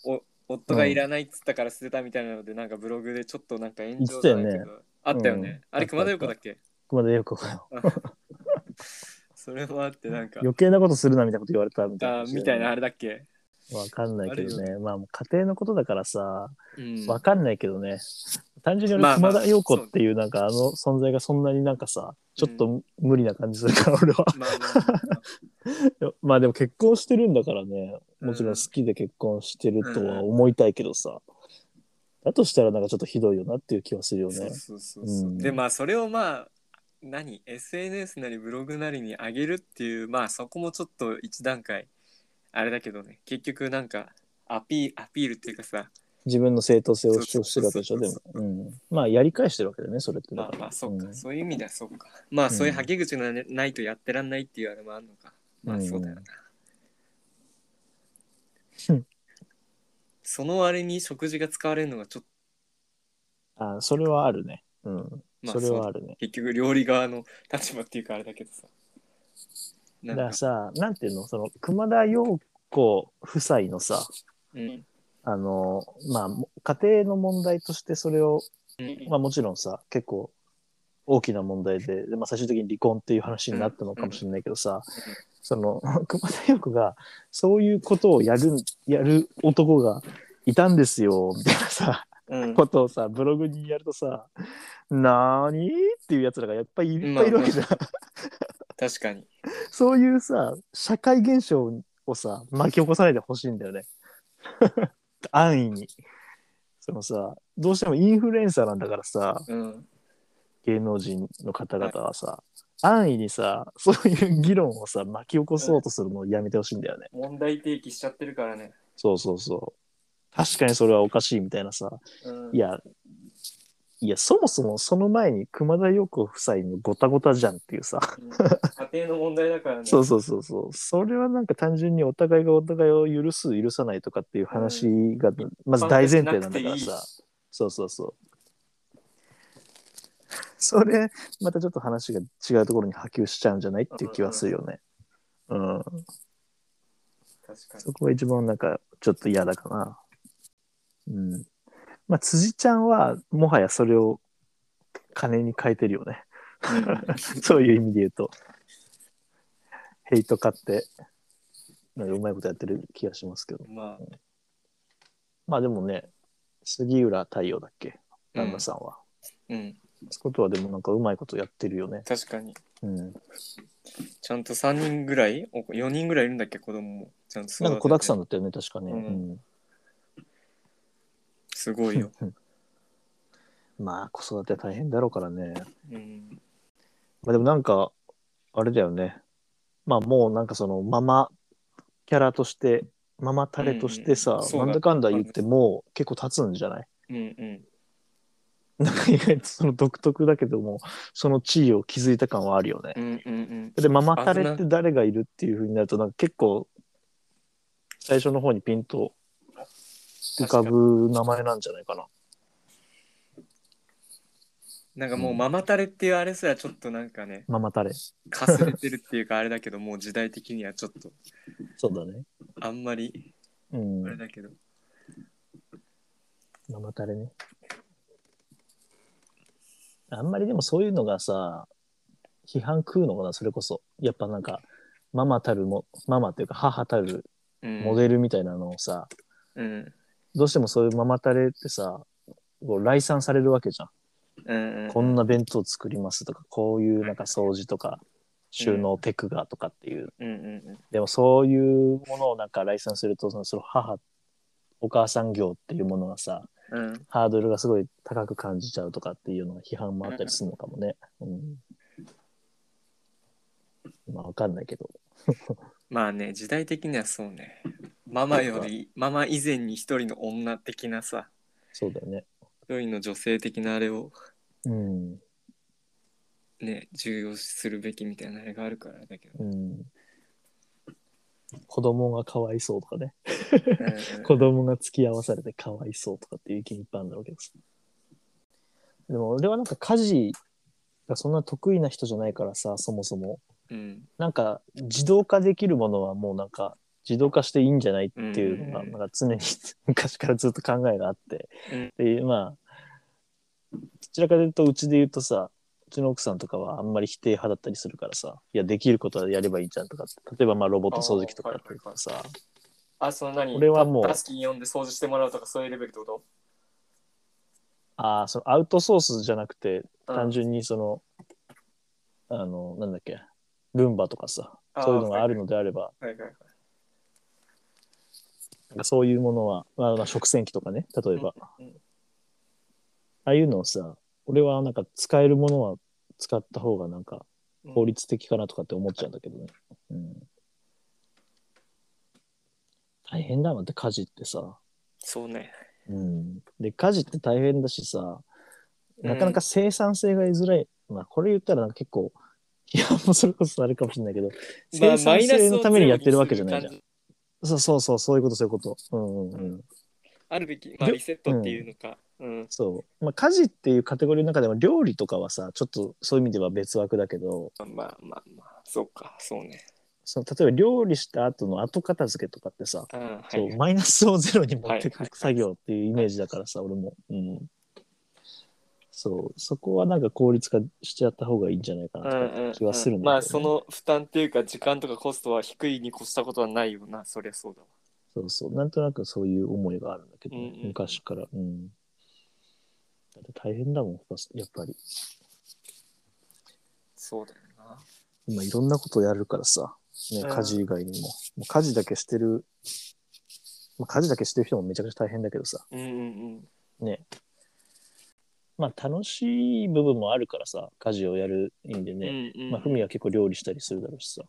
お夫がいらないっつったから捨てたみたいなので、なんかブログでちょっとなんか炎上じゃないけ言ってど、あったよね、うんあれ熊田曜子だっけ熊田曜子がそれもあってなんか余計なことするなみたいなこと言われたみたいなあ話だよね、みたいなあれだっけわかんないけどね。まあ、もう家庭のことだからさ、うんわかんないけどね。単純にま俺、あまあ熊田陽子っていうなんかあの存在がそんなになんかさ、ちょっと無理な感じするから、俺は。まあまあまあ <laughs> まあまあでも結婚してるんだからね、もちろうんん好きで結婚してるとは思いたいけどさ。だとしたらなんかちょっとひどいよなっていう気はするよそねう。そうそうそう、うんでまあそれをまあ何 SNS なりブログなりに上げるっていうまあそこもちょっと一段階あれだけどね結局なんかアピアピールっていうかさ自分の正当性を主張してるわけでしょ、でそもうそう。そううそん。まあやり返してるわけだよね、それってだかまあら。まあそうか、んそういう意味ではそうかまあそういううんはけ口がねないとやってらんないっていうあれもあるのかまあそうだよな、うんその割に食事が使われるのがちょっとあそれはあるね。うん。まあそれはそあうるね。結局料理側の立場っていうかあれだけどさだなんかからさ、なんていうの、その熊田曜子夫妻のさ、うんあの、まあ、も家庭の問題としてそれを、うんまあもちろんさ、結構大きな問題で、でまあ、最終的に離婚っていう話になったのかもしれないけどさ、その、 <laughs> 熊田曜子がそういうことをやる、やる男がいたんですよ、みたいなさ、うんことをさ、ブログにやるとさ、なーにっていうやつらがやっぱりいっぱいいるわけじゃん。確かに。そういうさ、社会現象をさ、巻き起こさないでほしいんだよね。 <laughs> 安易に。そのさ、どうしてもインフルエンサーなんだからさ、うん。芸能人の方々はさ、安易にさ、そういう議論をさ、巻き起こそうとするのをやめてほしいんだよね。問題提起しちゃってるからね。そうそうそう。確かにそれはおかしいみたいなさ、うん、いや、いや、そもそもその前に熊田曜子夫妻のごたごたじゃんっていうさ。うん。家庭の問題だからね。そうそうそうそう。それはなんか単純にお互いがお互いを許す、許さないとかっていう話が、まず大前提なんだから一般化しなさくて。そうそうそう。 <laughs> それ、またちょっと話が違うところに波及しちゃうんじゃないっていう気はするよね。うん。確かに。そこが一番なんかちょっと嫌だかな。うん。まあ、辻ちゃんはもはやそれを金に変えてるよね。 <laughs> そういう意味で言うと、ヘイト買って、なんかうまいことやってる気がしますけど。うんまあ、まあでもね、杉浦太陽だっけ、う旦ん那さんは。うん。そことはでもなんかうまいことやってるよね。確かに。うん。ちゃんと3人ぐらいお ?4 人ぐらいいるんだっけ、子供も。ちゃんとなんか子だくさんん。だったよね、確かね。ううんん。すごいよ。 <laughs> まあ子育て大変だろうからね。うん。まあでもなんか、あれだよね。まあもうなんかそのママキャラとして、ママタレとしてうんさうん、そうなだんだかんだ言ってもう結構経つんじゃないうんうん。なんか意外とその独特だけどもその地位を築いた感はあるよねう。んうんうん。でママタレって誰がいるっていうふうになるとなんか結構最初の方にピンと浮かぶ名前なんじゃないかな。なんかもうママタレっていうあれすらちょっとなんかね、ママタレ。かすれてるっていうかあれだけど、もう時代的にはちょっとそうだね。あんまりうんあ。れだけど。ママタレね。あんまりでもそういうのがさ批判食うのかなそれこそ。やっぱなんかママたるもママというか母たるうん。モデルみたいなのをさ、うん。どうしてもそういうママタレってさ、こう来賛されるわけじゃん。うんうん。こんな弁当作りますとか、こういうなんか掃除とか、収納テクがとかっていう。うんうんでもそういうものをなんか来賛すると、そのその母、お母さん業っていうものがさ、うん。うん。ハードルがすごい高く感じちゃうとかっていうのが批判もあったりするのかもね。うん。まあわかんないけど。まあね時代的にはそうねママよりママ以前に一人の女的なさそうだよね。一人の女性的なあれをうん。ね重要視するべきみたいなあれがあるからだ <laughs> けど、うん。子供がかわいそうとかね。うんうん子供が付き合わされてかわいそうとかっていう意見いっぱいあるんだろうけどさでも俺はなんか家事がそんな得意な人じゃないからさ、そもそも。うんなんか自動化できるものはもうなんか自動化していいんじゃないっていうのがうんなんか常に <laughs> 昔からずっと考えがあって、でまあどちらかというとうちで言うとさうちの奥さんとかはあんまり否定派だったりするからさいやできることはやればいいじゃんとかって例えばまあロボット掃除機とかだったりとかさ、あ、そんなに、俺はもうタスキー読んで掃除してもらうとか、そういうレベルってこああそのアウトソースじゃなくてと単純にその、あのなんだっけルンバとかさそういうのがあるのであればはいはいはい。なんかそういうものは、まあ、まあ食洗機とかね例えば、うんうんああいうのをさ俺はなんか使えるものは使った方がなんかうん効率的かなとかって思っちゃうんだけどね、うん、大変だもんって家事ってさ、そうね。うん、で家事って大変だしさなかなか生産性が得づらい、まあこれ言ったらなんか結構いやもうそれこそあれかもしれないけどまあ生産性のためにやってるわけじゃないじゃん、。マイナスをゼロにする感そうそうそうそういうことそういうことうんうんうんあるべき、まあ、リセットっていうのか。うん。そう、まあ、家事っていうカテゴリーの中でも料理とかはさちょっとそういう意味では別枠だけどまあまあまあ、そうか、そうね。その例えば料理した後の後片付けとかってさ、うん、はそうい。マイナスをゼロに持ってはいはいく作業っていうイメージだからさ、俺も、うん、そうそこはなんか効率化しちゃった方がいいんじゃないかなとかって気はするんだけどね、まあその負担っていうか時間とかコストは低いに越したことはないよなそりゃそうだわそうそうなんとなくそういう思いがあるんだけどね、うんうん昔から、うん、だって大変だもんやっぱりそうだよな今いろんなことやるからさ、ね、うん家事以外にも,、もう家事だけしてる、まあ、家事だけしてる人もめちゃくちゃ大変だけどさうんうんねまあ楽しい部分もあるからさ家事をやる意味でうん、ね、うんうんまあふみは結構料理したりするだろうしさ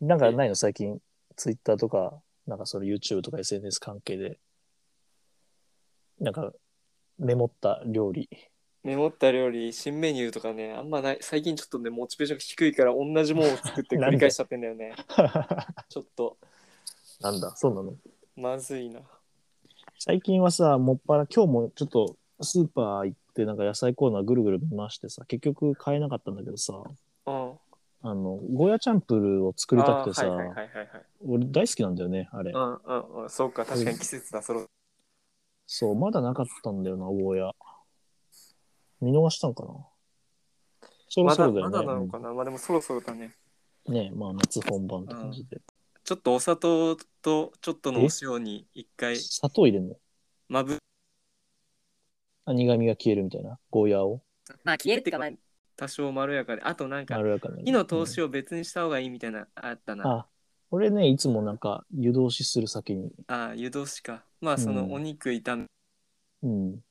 なんかないの最近ツイッターとかなんかその YouTube とか SNS 関係でなんかメモった料理メモった料理新メニューとかねあんまない最近ちょっとねモチベーションが低いから同じものを <laughs> 作って繰り返しちゃってんだよねちょっと <laughs> なんだそうなのまずいな最近はさ、もっぱら、今日もちょっとスーパー行って、なんか野菜コーナーぐるぐる見ましてさ、結局買えなかったんだけどさ、うんあの、ゴーヤチャンプルを作りたくてさ、あーはいはいはいはいはい俺大好きなんだよね、あれ。うんうんうんそうか確かに季節だそろそう、まだなかったんだよな、ゴーヤ。見逃したんかな。そろまそだろだよまね。だなのかなまあでもそろそろだねうんねまあ夏本番って感じで。ちょっとお砂糖とちょっとのお塩に一回砂糖入れんのまぶあ苦味が消えるみたいな。ゴーヤをまあ消えるっていうか、まあ、多少まろやかであとなんまかろやかに。火の通しを別にした方がいいみたいなあったうな、んあ、俺ね、いつもなんか湯通しする先に。ああ湯通しかまあそのお肉炒め、うん。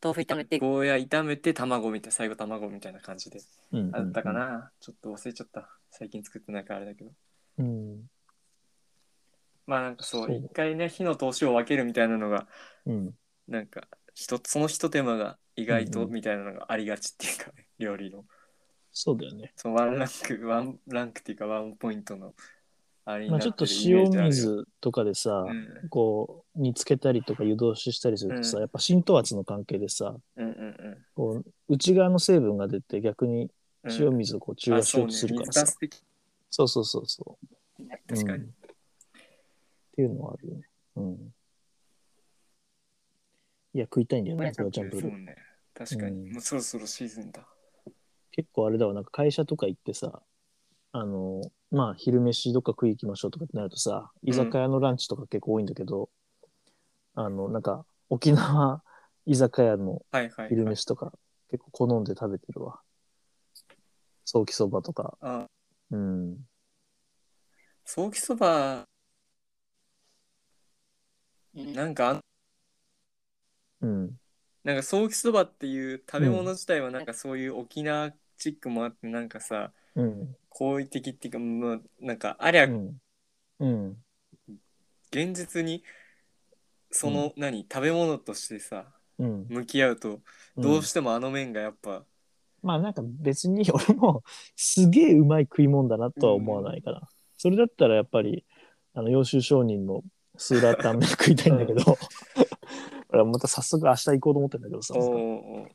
豆腐炒めて、ゴーヤ炒めて卵みたいな最後卵みたいな感じでうんうんうんあったかな、ちょっと忘れちゃった最近作ってないからあれだけどうん。まあなんかそうそう一回ね火の通しを分けるみたいなのがうん。なんかひとそのひと手間が意外うんとうんみたいなのがありがちっていうか、料理のそうだよね。そのワンランクワンランクっていうかワンポイントのあれにまなあ、ちってょっとるイメ塩ージあるよ、水とかでさ、うんこう、煮つけたりとか湯通ししたりするとさ、うんやっぱ浸透圧の関係でさ、うんうんこう内側の成分が出て逆にうん塩水をこう中和しようとするからさ、あそうねそうそうそうそう水足す的確かに、うんっていうのはあるよね。うん。いや、食いたいんだよね、これはジャンプそうル。ね。確かに、うんもうそろそろシーズンだ。結構あれだわ、なんか会社とか行ってさ、あの、まあ、昼飯どっか食い行きましょうとかってなるとさ、居酒屋のランチとか結構多いんだけど、あの、なんか、沖縄 <laughs> 居酒屋のはいはい、昼はい。飯とか結構好んで食べてるわ。ソーキそばとか、あうん。早期そば、なんかあん、うん。なんか早期そばっていう食べ物自体はなんかそういう沖縄チックもあって、なんかさ、うん。好意的っていうか、もうなんか、ありゃうん。うん。現実に、その、何、食べ物としてさ、うん。向き合うと、どうしてもあの面がやっぱ、まあなんか別に <laughs> 俺もすげえうまい食い物だなとは思わないから、それだったら <laughs> やっぱりあの幼衆商人のスーラータンメン食いたいんだけど、からまた早速明日行こうと思ってんだけどさお、おー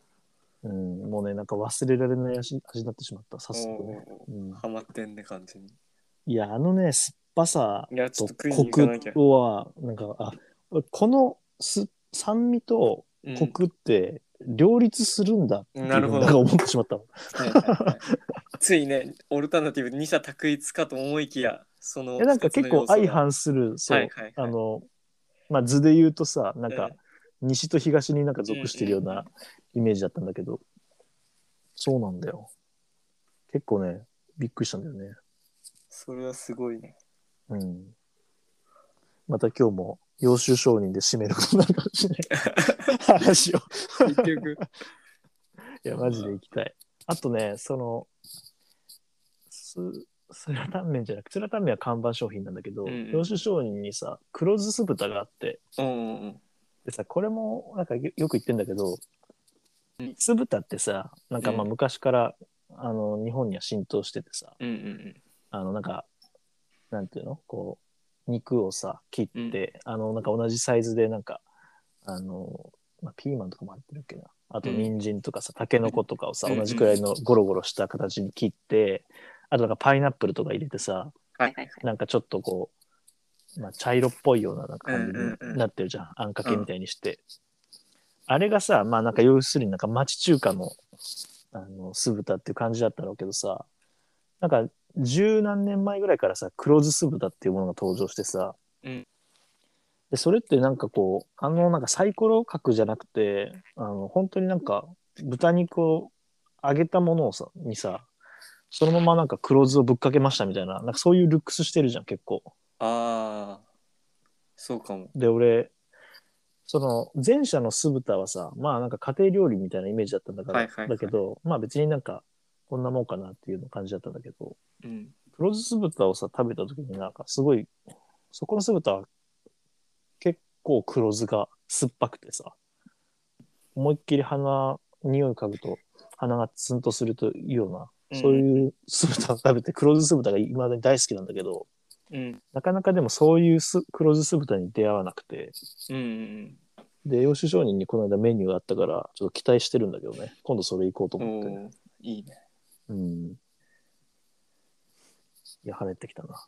うん、もうね、なんか忘れられない味味になってしまった、早おー速ね。おうんー、ハマってんね感じにいや、あのね、酸っぱさいやちとょっと食いに行かなコきゃクは、なんか、あ、このす酸味とうんコクって両立するんだっていうなのるほをどなんか思ってしまったの。はいはいはいついねオルタナティブ二者択一かと思いきやそのいやなんか結構相反する、そう、はいはいはいあの、まあ図で言うとさ、なんか西と東になんか属してるようなイメージだったんだけど、そうなんだよ。結構ね、びっくりしたんだよね。それはすごいねうん。また今日も洋州商人で締めることになるかもしれない。 <laughs> 話を。結局いや、マジで行きたい。あとね、その、す、スラタンメンじゃなく、スラタンメンは看板商品なんだけど、うんうん洋酒商人にさ、黒酢酢豚があって、うんうんうんでさ、これも、なんかよよく言ってんだけど、酢豚ってさ、なんかまあうん昔から、あの、日本には浸透しててさ、うんうんあの、なんか、なんていうのこう、肉をさ、切って、あの、なんか同じサイズで、なんか、あの、まあ、ピーマンとかも入ってるっけな。あと、うん人参とかさ、タケノコとかをさ、うん同じくらいのゴロゴロした形に切って、あとなんかパイナップルとか入れてさ、はいはいはい。なんかちょっとこう、まあ、茶色っぽいようななんか感うんじうんうにんなってるじゃん。あんかけみたいにして。あれがさ、まあなんか要するになんか町中華のあの酢豚っていう感じだったろうけどさ、なんか十何年前ぐらいからさ、黒酢酢豚っていうものが登場してさ、うんでそれってなんかこう、あのなんかサイコロ角じゃなくて、あの本当になんか豚肉を揚げたものをさ、にさ、そのままなんか黒酢をぶっかけましたみたいな、なんかそういうルックスしてるじゃん、結構。ああそうかもで、俺、その前者の酢豚はさ、まあなんか家庭料理みたいなイメージだったんだから、はいはいはいだけど、まあ別になんかこんなもんかなっていうの感じだったんだけど、うん黒酢酢豚をさ、食べた時になんかすごい、そこの酢豚は結構黒酢が酸っぱくてさ、思いっきり鼻、匂い嗅ぐと鼻がツンとするというような、そうういう酢豚を食べて、黒酢酢豚がいまだに大好きなんだけど、うんなかなかでもそういう酢黒酢酢豚に出会わなくて、うんうんで、養子商人にこの間メニューがあったから、ちょっと期待してるんだけどね。今度それ行こうとうん思って。おーいいねうん。いや、跳ねてきたな。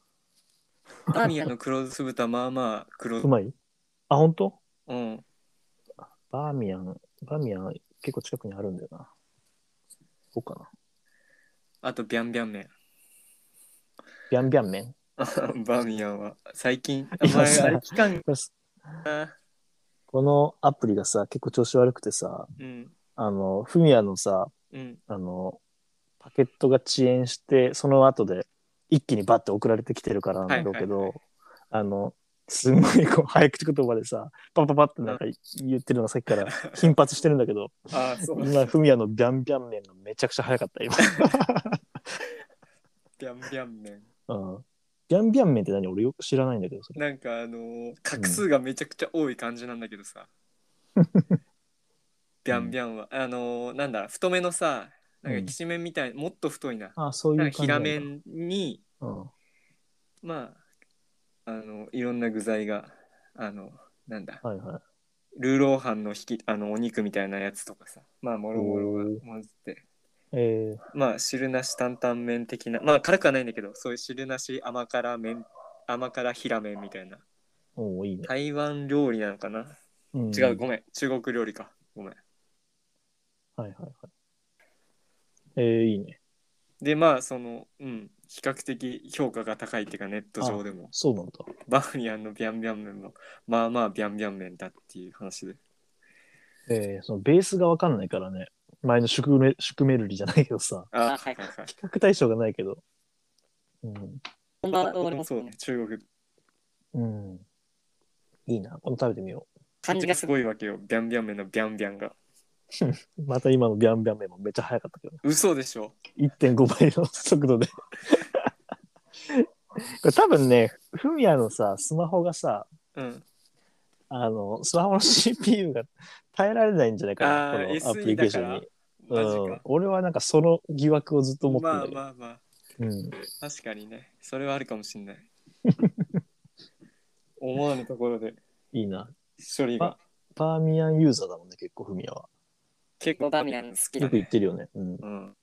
タミヤの黒酢豚まあまあ黒うまいあ、本当？うんバーミヤン、バーミヤン結構近くにあるんだよな。そうかな。あとビャンビャン麺ビャンビャン麺 <laughs> バーミヤンは <laughs> 最近いやあんまりさあれ期間これすなこのアプリがさ、結構調子悪くてさ、うんあの、フミヤのさ、うんあの、パケットが遅延して、その後で一気にバッて送られてきてるからなんだろうけど、はいはいはあの、すごいこう早口言葉でさ、パパパってなんか言ってるのがさっきから頻発してるんだけど、ああそう今、フミヤのビャンビャン麺がめちゃくちゃ早かった、今。ビャンビャン麺うん、ビャンビャン麺って何俺よく知らないんだけど、それ。なんかあのー画数がめちゃくちゃ多い感じなんだけ <laughs> どさ。ビャンビャンは、あのーなんだ太めのさなんかきしめんみたい、もっと太いなあそういうなん感かじ平なんだ麺にうん。まああのいろんな具材があのなんだはいはい。ルーローハンのひきあのお肉みたいなやつとかさまあもろもろがおー混ぜてえまあ汁なし担々麺的なまあ辛くはないんだけどそういう汁なし甘辛麺甘辛平麺みたいなー、おーいいね。台湾料理なのかなうん違う、ごめん。中国料理か。ごめん。はいはいはい。えー、いいね。で、まあ、その、うん、比較的評価が高いっていうか、ネット上でも、そうなんだ。バーミヤンのビャンビャン麺も、まあまあビャンビャン麺だっていう話で。えー、そのベースがわかんないからね。前の宿命宿命ルリじゃないけどさ。あ、あははいいはい。比較対象がないけど。うん。本場は俺もそうね、中国、うん。いいな。この食べてみよ感じがすすごい。ごいわけよ。ビャンビャン麺のビャンビャンが。う。また今のビャンビャン麺もめっちゃ早かったけど、嘘でしょ。ね、1.5倍の速 <laughs> 度で。これ多分ね、フミヤのさ、スマホがさ、うん。あの、スマホの CPU が耐えられないんじゃないかな、あこーの SE アプリケーションに。マジうん、俺はなんかその疑惑をずっとか。思ってまんだけあど、まあまあ、うん、確かにね。それはあるかも <laughs> しんない。思わぬところでいいな処理が。バーミヤンユーザーだもんね、結構、フミヤは。結構構バーミヤン好きだよく行ってるよね。うん。うん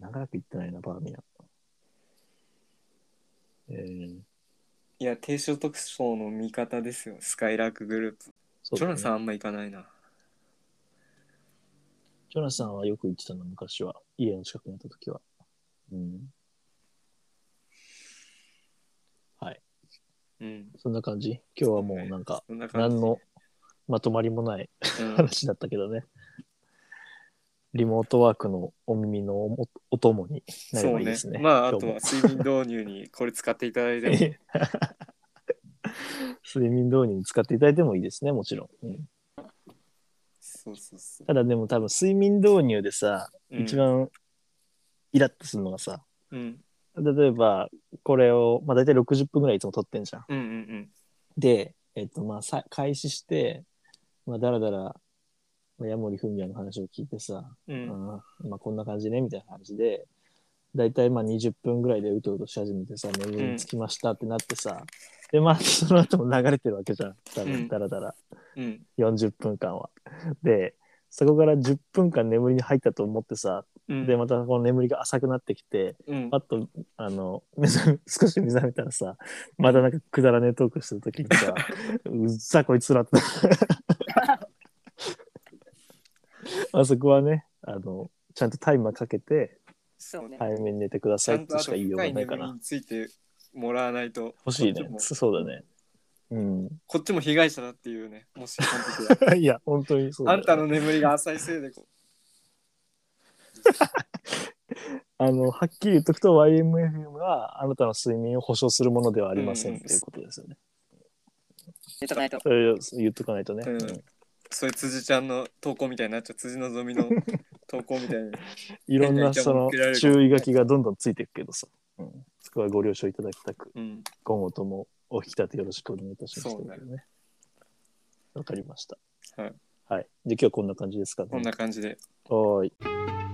長らく行ってないな、バーミヤン。えー、いや低所得層の味方ですよスカイラークグループ、そうジだョねナサンあんま行かないなジョナサンはよく行ってたの、昔は。家の近くにあった時は。うん。うんそんな感じ。今日はもうなんか、そんな感じ何のまとまりもないうん話だったけどね。リモートワークのお耳のおお供になれそばういいでねすね。まああ今日ともは睡眠導入にこれ使っていただいて <laughs> も睡眠導入に使っていただいてもいいですね、もちろん。うんそうそうそうただでも多分睡眠導入でさ、うん一番イラッとするのがさ、うん例えばこれを、まあ、大体60分ぐらいいつも撮ってんじゃん。うんうんで、えっとまあ、さ開始して、まあ、だらだら、まあ、矢守文也の話を聞いてさ、うんうんうんまあ、こんな感じねみたいな感じで大体まあ20分ぐらいでうとうとし始めてさ眠りにつきましたってなってさ、でまあその後も流れてるわけじゃん多う分んだらだらうん40分間は。でそこから10分間眠りに入ったと思ってさうんでまたこの眠りが浅くなってきてうんパッとあの目覚め <laughs> 少し目覚めたらさまたなんかくだらねえトークしてる時に <laughs> さうっざこいつらって <laughs> あそこはねあのちゃんとタイマーかけてそうね、早めに寝てくだちさゃいんととあしとか言いよう深がいないか眠りな。についてもらわないと欲しいねこっち。もそそうだね。うん。 <laughs> こっちも被害者だっていうねもし <laughs> その時はいや、本当にそうだあよんたの眠りが浅いせいでこあの、はっきり言っとくと YMFM はあなたの睡眠を保障するものではありませんうんっていうことですよね。言っとかないと。それを言っとかないとね。うんうんうそういう辻ちゃんの投稿みたいになっちゃう辻のぞみの投稿みたいにいろんな変な意見そもの受けられるから注意書きがどんどんついていくけどさ。うん。そこはご了承いただきたく、うん今後ともお引き立てよろしくお願いいたします。そうねといことでね。わかりました。はい。はい。で、今日はこんな感じですかね。こんな感じではーい。